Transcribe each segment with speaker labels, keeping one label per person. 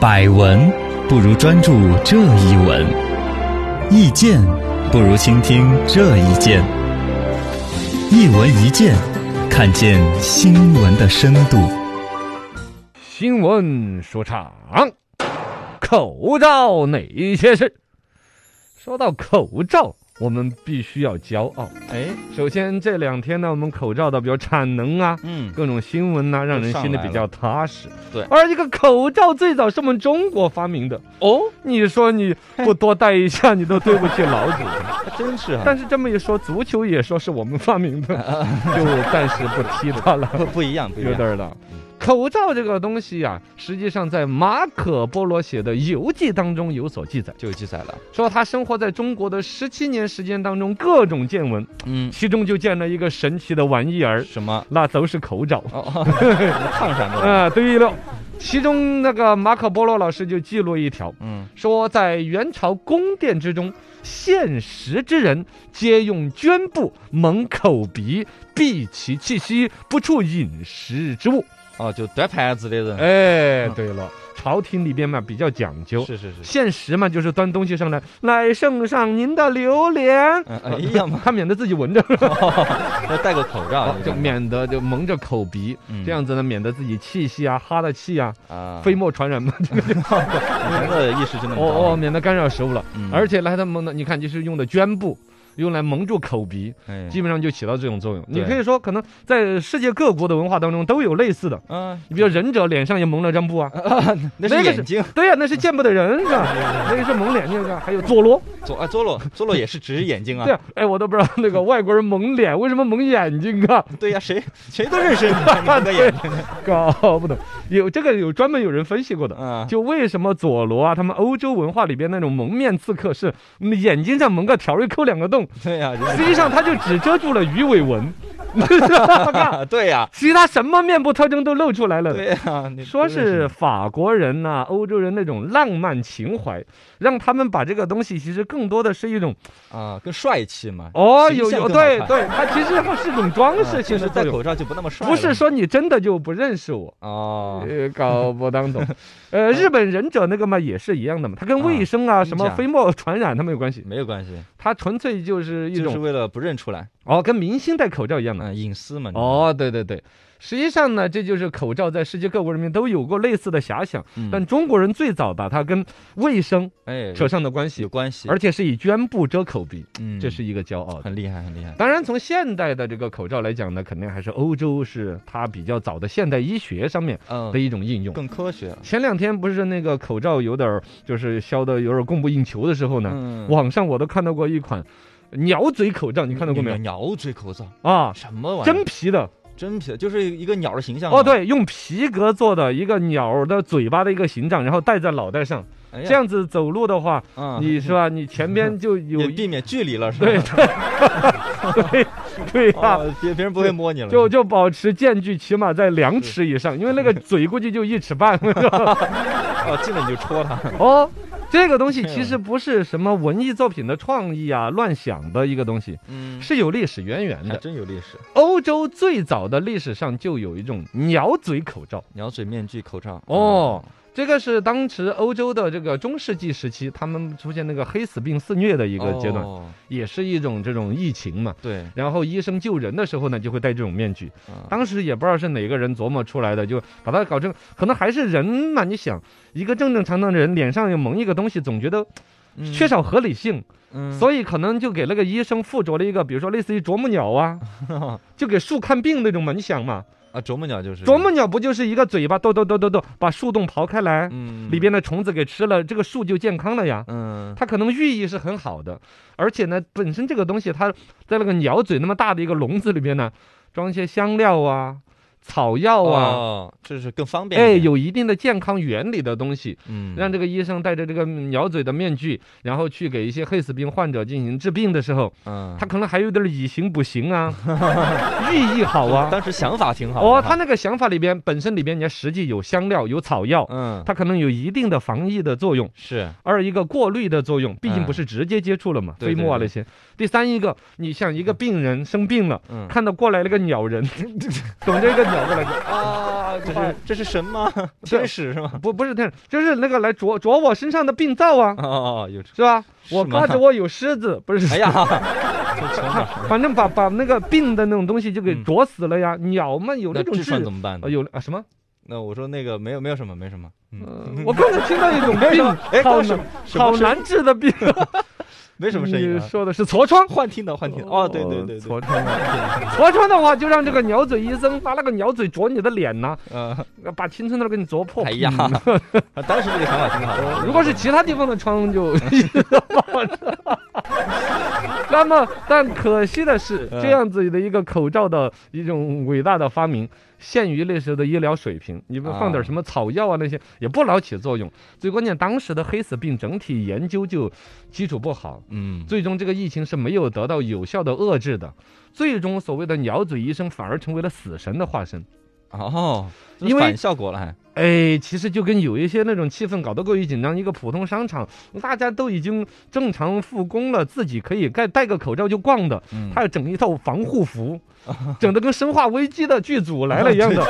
Speaker 1: 百闻不如专注这一闻，意见不如倾听这一见。一闻一见，看见新闻的深度。
Speaker 2: 新闻说唱，口罩哪些事？说到口罩，我们必须要骄傲。
Speaker 1: 哎，
Speaker 2: 首先这两天呢，我们口罩的比如产能啊，
Speaker 1: 嗯，
Speaker 2: 各种新闻呐、让人心里比较踏实。
Speaker 1: 对
Speaker 2: 而这个口罩最早是我们中国发明的，
Speaker 1: 哦，
Speaker 2: 你说你不多戴一下，你都对不起老祖宗。
Speaker 1: 还 真是啊，
Speaker 2: 但是这么一说，足球也说是我们发明的， 就暂时不提它了。
Speaker 1: 不不一样，不嗯一
Speaker 2: 有
Speaker 1: 样。
Speaker 2: 点儿了。口罩这个东西呀、实际上在马可·波罗写的游记当中有所记载，
Speaker 1: 就有记载了，
Speaker 2: 说他生活在中国的十七年时间当中，各种见闻，
Speaker 1: 嗯，
Speaker 2: 其中就见了一个神奇的玩意儿，
Speaker 1: 什么？
Speaker 2: 那就是口罩。
Speaker 1: 哦，烫伤的，
Speaker 2: 啊、对了，其中那个马可·波罗老师就记录一条，
Speaker 1: 嗯，
Speaker 2: 说在元朝宫殿之中，现实之人皆用绢布蒙口鼻，蔽其气息，不触饮食之物。
Speaker 1: 哦，就端盘子的人，
Speaker 2: 哎，
Speaker 1: 嗯
Speaker 2: 对了，朝廷里边嘛比较讲究，
Speaker 1: 是是是，
Speaker 2: 现实嘛就是端东西上来，来圣上您的榴莲，
Speaker 1: 嗯，哎呀 妈，哦
Speaker 2: 他免得自己闻着，
Speaker 1: 要戴个口罩，
Speaker 2: 就免得就蒙着口鼻，
Speaker 1: 嗯
Speaker 2: 这样子呢免得自己气息啊、哈的气啊、
Speaker 1: 啊，
Speaker 2: 飞沫传染嘛，
Speaker 1: 人的意识就那么
Speaker 2: 哦
Speaker 1: 高
Speaker 2: 哦，，免得干扰食物了。
Speaker 1: 嗯
Speaker 2: 而且呢，它蒙的，你看就是用的绢布。用来蒙住口鼻，
Speaker 1: 哎
Speaker 2: 基本上就起到这种作用。你
Speaker 1: 对
Speaker 2: 可以说，可能在世界各国的文化当中都有类似的。
Speaker 1: 嗯，
Speaker 2: 你比如忍者脸上也蒙了张布啊，
Speaker 1: 那是眼睛，
Speaker 2: 对呀、那是见不得人是 吧？那个是蒙脸，那个还有佐罗，
Speaker 1: 左啊，佐罗，佐罗也是只是眼睛啊
Speaker 2: 对、，呀，哎，我都不知道那个外国人蒙脸为什么蒙眼睛啊，
Speaker 1: 对 呀，谁谁都认识你你的眼睛，
Speaker 2: 搞不懂。有这个有专门有人分析过的，
Speaker 1: 嗯，
Speaker 2: 就为什么佐罗啊，他们欧洲文化里边那种蒙面刺客是嗯眼睛上蒙个条儿，抠两个洞，
Speaker 1: 对呀，人
Speaker 2: 实际上他就只遮住了鱼尾纹，
Speaker 1: 啊，对呀，
Speaker 2: 其他什么面部特征都露出来了。
Speaker 1: 对呀，你
Speaker 2: 说
Speaker 1: 都认识
Speaker 2: 是法国人呐、欧洲人那种浪漫情怀，让他们把这个东西其实更多的是一种
Speaker 1: 你啊，更帅气嘛，
Speaker 2: 哦，
Speaker 1: 形
Speaker 2: 有
Speaker 1: 象
Speaker 2: 有，
Speaker 1: 更好
Speaker 2: 对
Speaker 1: 看
Speaker 2: 对，它其实它是种装
Speaker 1: 啊
Speaker 2: 饰性
Speaker 1: 就是
Speaker 2: 的作
Speaker 1: 戴
Speaker 2: 用，
Speaker 1: 口罩就不那么帅了，
Speaker 2: 不是说你真的就不认识我。
Speaker 1: 哦，
Speaker 2: 呃，搞不当 懂，呃，日本忍者那个嘛也是一样的嘛，它跟卫生啊、
Speaker 1: 啊
Speaker 2: 什
Speaker 1: 真
Speaker 2: 么
Speaker 1: 假
Speaker 2: 飞沫传染它没有关系，
Speaker 1: 没有关系，
Speaker 2: 它纯粹就是一
Speaker 1: 就是
Speaker 2: 种
Speaker 1: 为了不认出来，
Speaker 2: 哦，跟明星戴口罩一样的。
Speaker 1: 嗯，隐私嘛，你，
Speaker 2: 哦，对对对，实际上呢，这就是口罩在世界各国人民都有过类似的遐想，
Speaker 1: 嗯
Speaker 2: 但中国人最早把它跟卫生
Speaker 1: 哎，
Speaker 2: 扯上的关
Speaker 1: 有
Speaker 2: 系，
Speaker 1: 关系，
Speaker 2: 而且是以绢布遮口鼻，
Speaker 1: 嗯，
Speaker 2: 这是一个骄傲的。
Speaker 1: 很厉害，很厉害，
Speaker 2: 当然，从现代的这个口罩来讲呢，肯定还是欧洲是它比较早的现代医学上面
Speaker 1: 嗯
Speaker 2: 的，一种应用。
Speaker 1: 更科学了，
Speaker 2: 前两天不是那个口罩有点儿就是销的有点儿供不应求的时候呢，
Speaker 1: 嗯，
Speaker 2: 网上我都看到过一款鸟嘴口罩，你看到过没有
Speaker 1: 那个鸟嘴口罩，
Speaker 2: 啊？
Speaker 1: 什么玩意
Speaker 2: 真
Speaker 1: 儿？
Speaker 2: 皮的
Speaker 1: 真皮的，就是一个鸟的形象嘛
Speaker 2: 哦，，对，用皮革做的一个鸟儿的嘴巴的一个形状，然后戴在脑袋上，
Speaker 1: 哎呀
Speaker 2: 这样子走路的话，
Speaker 1: 啊，
Speaker 2: 你是 吧？你前边就
Speaker 1: 也
Speaker 2: 有
Speaker 1: 避免距离了，是吧？
Speaker 2: 对对对 呀。
Speaker 1: 哦，别别人不会摸你了，
Speaker 2: 就就保持间距，起码在两尺以上，因为那个嘴估计就一尺 半。
Speaker 1: 哦，进来你就 戳他，
Speaker 2: 哦，这个东西其
Speaker 1: 哎
Speaker 2: 实不是什么文艺作品的创意啊、乱想的一个东西，
Speaker 1: 嗯，
Speaker 2: 是有历史渊源
Speaker 1: 还
Speaker 2: 的。
Speaker 1: 真有历史，
Speaker 2: 欧洲最早的历史上就有一种鸟嘴口罩。
Speaker 1: 鸟嘴面具口罩，嗯
Speaker 2: 哦，这个是当时欧洲的这个中世纪时期，他们出现那个黑死病肆虐的一
Speaker 1: 一
Speaker 2: 个阶段，
Speaker 1: 段，
Speaker 2: 也是一种这种疫情嘛。
Speaker 1: 哦对，
Speaker 2: 然后医生救人的时候呢，就会戴这种面具。
Speaker 1: 啊
Speaker 2: 当时也不知道是哪个人琢磨出来的，就把它搞成，可能还是人嘛。你想，一个正正常常的人脸上又蒙一个东西，总觉得缺，少合理性，
Speaker 1: 嗯嗯
Speaker 2: 所以可能就给那个医生附着了一个，比如说类似于啄木鸟啊，就给树看病那种嘛。你想嘛，
Speaker 1: 啊，啄木鸟就是
Speaker 2: 啄木，鸟不就是一个嘴巴抖抖抖抖抖，把树洞刨开来，
Speaker 1: 嗯，
Speaker 2: 里，边的虫子给吃了，这个树就健康了呀。
Speaker 1: 嗯，
Speaker 2: 它可能寓意是很好的，而且呢，本身这个东西它在那个鸟嘴那么大的一个笼子里边呢，装一些香料啊、草药啊，
Speaker 1: 哦，这是更方便，
Speaker 2: 哎，，有一定的健康原理的东西，
Speaker 1: 嗯，
Speaker 2: 让这个医生戴着这个鸟嘴的面具，然后去给一些黑死病患者进行治病的时候，
Speaker 1: 嗯，
Speaker 2: 他可能还有点以形补形啊， 寓意好啊。
Speaker 1: 当时想法挺好的哈，
Speaker 2: 哦，他那个想法里边本身里边，人家实际有香料、有草药，
Speaker 1: 嗯，
Speaker 2: 它可能有一定的防疫的作用。
Speaker 1: 是，
Speaker 2: 二一个过滤的作用，毕竟不是直接接触了嘛，
Speaker 1: 嗯对
Speaker 2: 飞沫啊
Speaker 1: 对
Speaker 2: 那些。第三一个，你像一个病人生病了，
Speaker 1: 嗯，
Speaker 2: 看到过来了个鸟人，懂这个鸟过来就
Speaker 1: 啊，哇，
Speaker 2: 这是
Speaker 1: 快这是 神吗？天使是吗？
Speaker 2: 不不是天，就是那个来啄啄我身上的病灶啊，
Speaker 1: 哦，有这，
Speaker 2: 是吧？
Speaker 1: 是
Speaker 2: 我
Speaker 1: 吗
Speaker 2: 挂着我有虱子，不是？
Speaker 1: 哎 呀，这陈
Speaker 2: 反，
Speaker 1: 老师，
Speaker 2: 反正把把那个病的那种东西就给
Speaker 1: 嗯
Speaker 2: 啄死了呀。鸟嘛，有
Speaker 1: 那
Speaker 2: 那种
Speaker 1: 痔
Speaker 2: 治
Speaker 1: 疮怎么办呢
Speaker 2: 啊？有啊什么？
Speaker 1: 哦 那我说那个没有没有什么没什么，嗯，
Speaker 2: 我刚才听到一 种病
Speaker 1: 哎，，
Speaker 2: 好
Speaker 1: 刚
Speaker 2: 难
Speaker 1: 什么什
Speaker 2: 呃好
Speaker 1: 么声？
Speaker 2: 难治的病。
Speaker 1: 没什么声音
Speaker 2: 你
Speaker 1: 啊？
Speaker 2: 说的是痤疮。
Speaker 1: 幻听的幻听的，哦，对对对对
Speaker 2: 痤，疮啊， 痤疮的话，就让这个鸟嘴医生把那个鸟嘴啄你的脸呐、
Speaker 1: 嗯，
Speaker 2: 把青春痘给你啄破。
Speaker 1: 哎呀， 当时这个想法挺好的。
Speaker 2: 哦 嗯呃如果是其他地方的疮 就 那么，但可惜的是，
Speaker 1: 嗯
Speaker 2: 这样子的一个口罩的一种伟大的发明，限于那时候的医疗水平，你们
Speaker 1: 啊
Speaker 2: 放点什么草药啊那些也不老起作用。最关键，当时的黑死病整体研究就基础不好，
Speaker 1: 嗯，
Speaker 2: 最终这个疫情是没有得到有效的遏制的。最终，所谓的鸟嘴医生反而成为了死神的化身。
Speaker 1: 哦，这
Speaker 2: 因为
Speaker 1: 反效果了还，
Speaker 2: 哎，其实就跟有一些那种气氛搞得过于紧张，一个普通商场，大家都已经正常复工了，自己可以盖戴个口罩就逛的，
Speaker 1: 嗯
Speaker 2: 他要整一套防护服，整的跟《生化危机》的剧组来了一样的，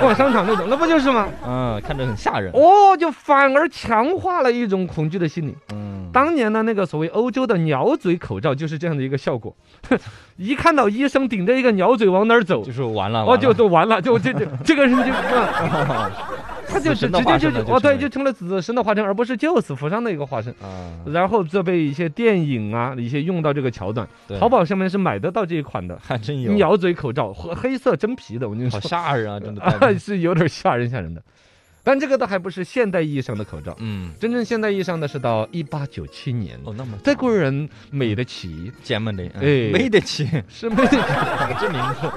Speaker 2: 逛商场那种，那不就是吗？
Speaker 1: 嗯，看着很吓人。
Speaker 2: 哦，就反而强化了一种恐惧的心理。
Speaker 1: 嗯，
Speaker 2: 当年呢，那个所谓欧洲的鸟嘴口罩就是这样的一个效果， 一看到医生顶着一个鸟嘴往哪儿走，
Speaker 1: 就是完了，
Speaker 2: 哦，
Speaker 1: 完
Speaker 2: 就
Speaker 1: 了
Speaker 2: 就完了，就这 这这个人就。啊他就直
Speaker 1: 死神的
Speaker 2: 直
Speaker 1: 化
Speaker 2: 接就
Speaker 1: 身了就
Speaker 2: 哦，对，
Speaker 1: 成为
Speaker 2: 就成了死神的化身，而不是救死扶伤的一个化身。
Speaker 1: 啊，
Speaker 2: 然后这被一些电影啊，一些用到这个桥段，
Speaker 1: 对
Speaker 2: 淘宝上面是买得到这一款的
Speaker 1: 还真有，
Speaker 2: 鸟嘴口罩，和黑色真皮的，我跟你
Speaker 1: 好
Speaker 2: 说，
Speaker 1: 吓人啊，真 的。
Speaker 2: 啊，是有点吓人吓人的。但这个倒还不是现代意义上的口罩，
Speaker 1: 嗯，
Speaker 2: 真正现代意义上的是到一八九七年，
Speaker 1: 哦，那么
Speaker 2: 德国人美得起，
Speaker 1: 姐们的，
Speaker 2: 哎
Speaker 1: 嗯没得起，
Speaker 2: 是美得起，
Speaker 1: 这名字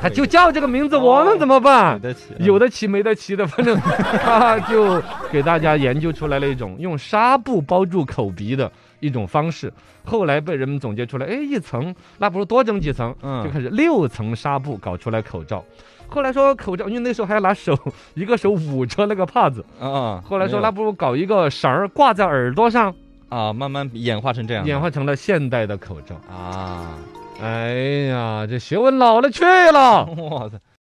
Speaker 2: 他就叫这个名字，我们怎么办
Speaker 1: 没？得起，
Speaker 2: 有的骑没得骑的，反正他就给大家研究出来了一种用纱布包住口鼻的一种方式。后来被人们总结出来，哎，一层那不如多整几层，
Speaker 1: 嗯
Speaker 2: 就开始六层纱布搞出来口罩。后来说口罩，因为那时候还要拿手一个手捂着那个帕子。
Speaker 1: 啊。
Speaker 2: 后来说
Speaker 1: 没
Speaker 2: 那
Speaker 1: 有
Speaker 2: 不如搞一个绳儿挂在耳朵上，
Speaker 1: 啊，慢慢演化成这样的，
Speaker 2: 演化成了现代的口罩。
Speaker 1: 啊，
Speaker 2: 哎呀，这学问老了去了。
Speaker 1: 我操，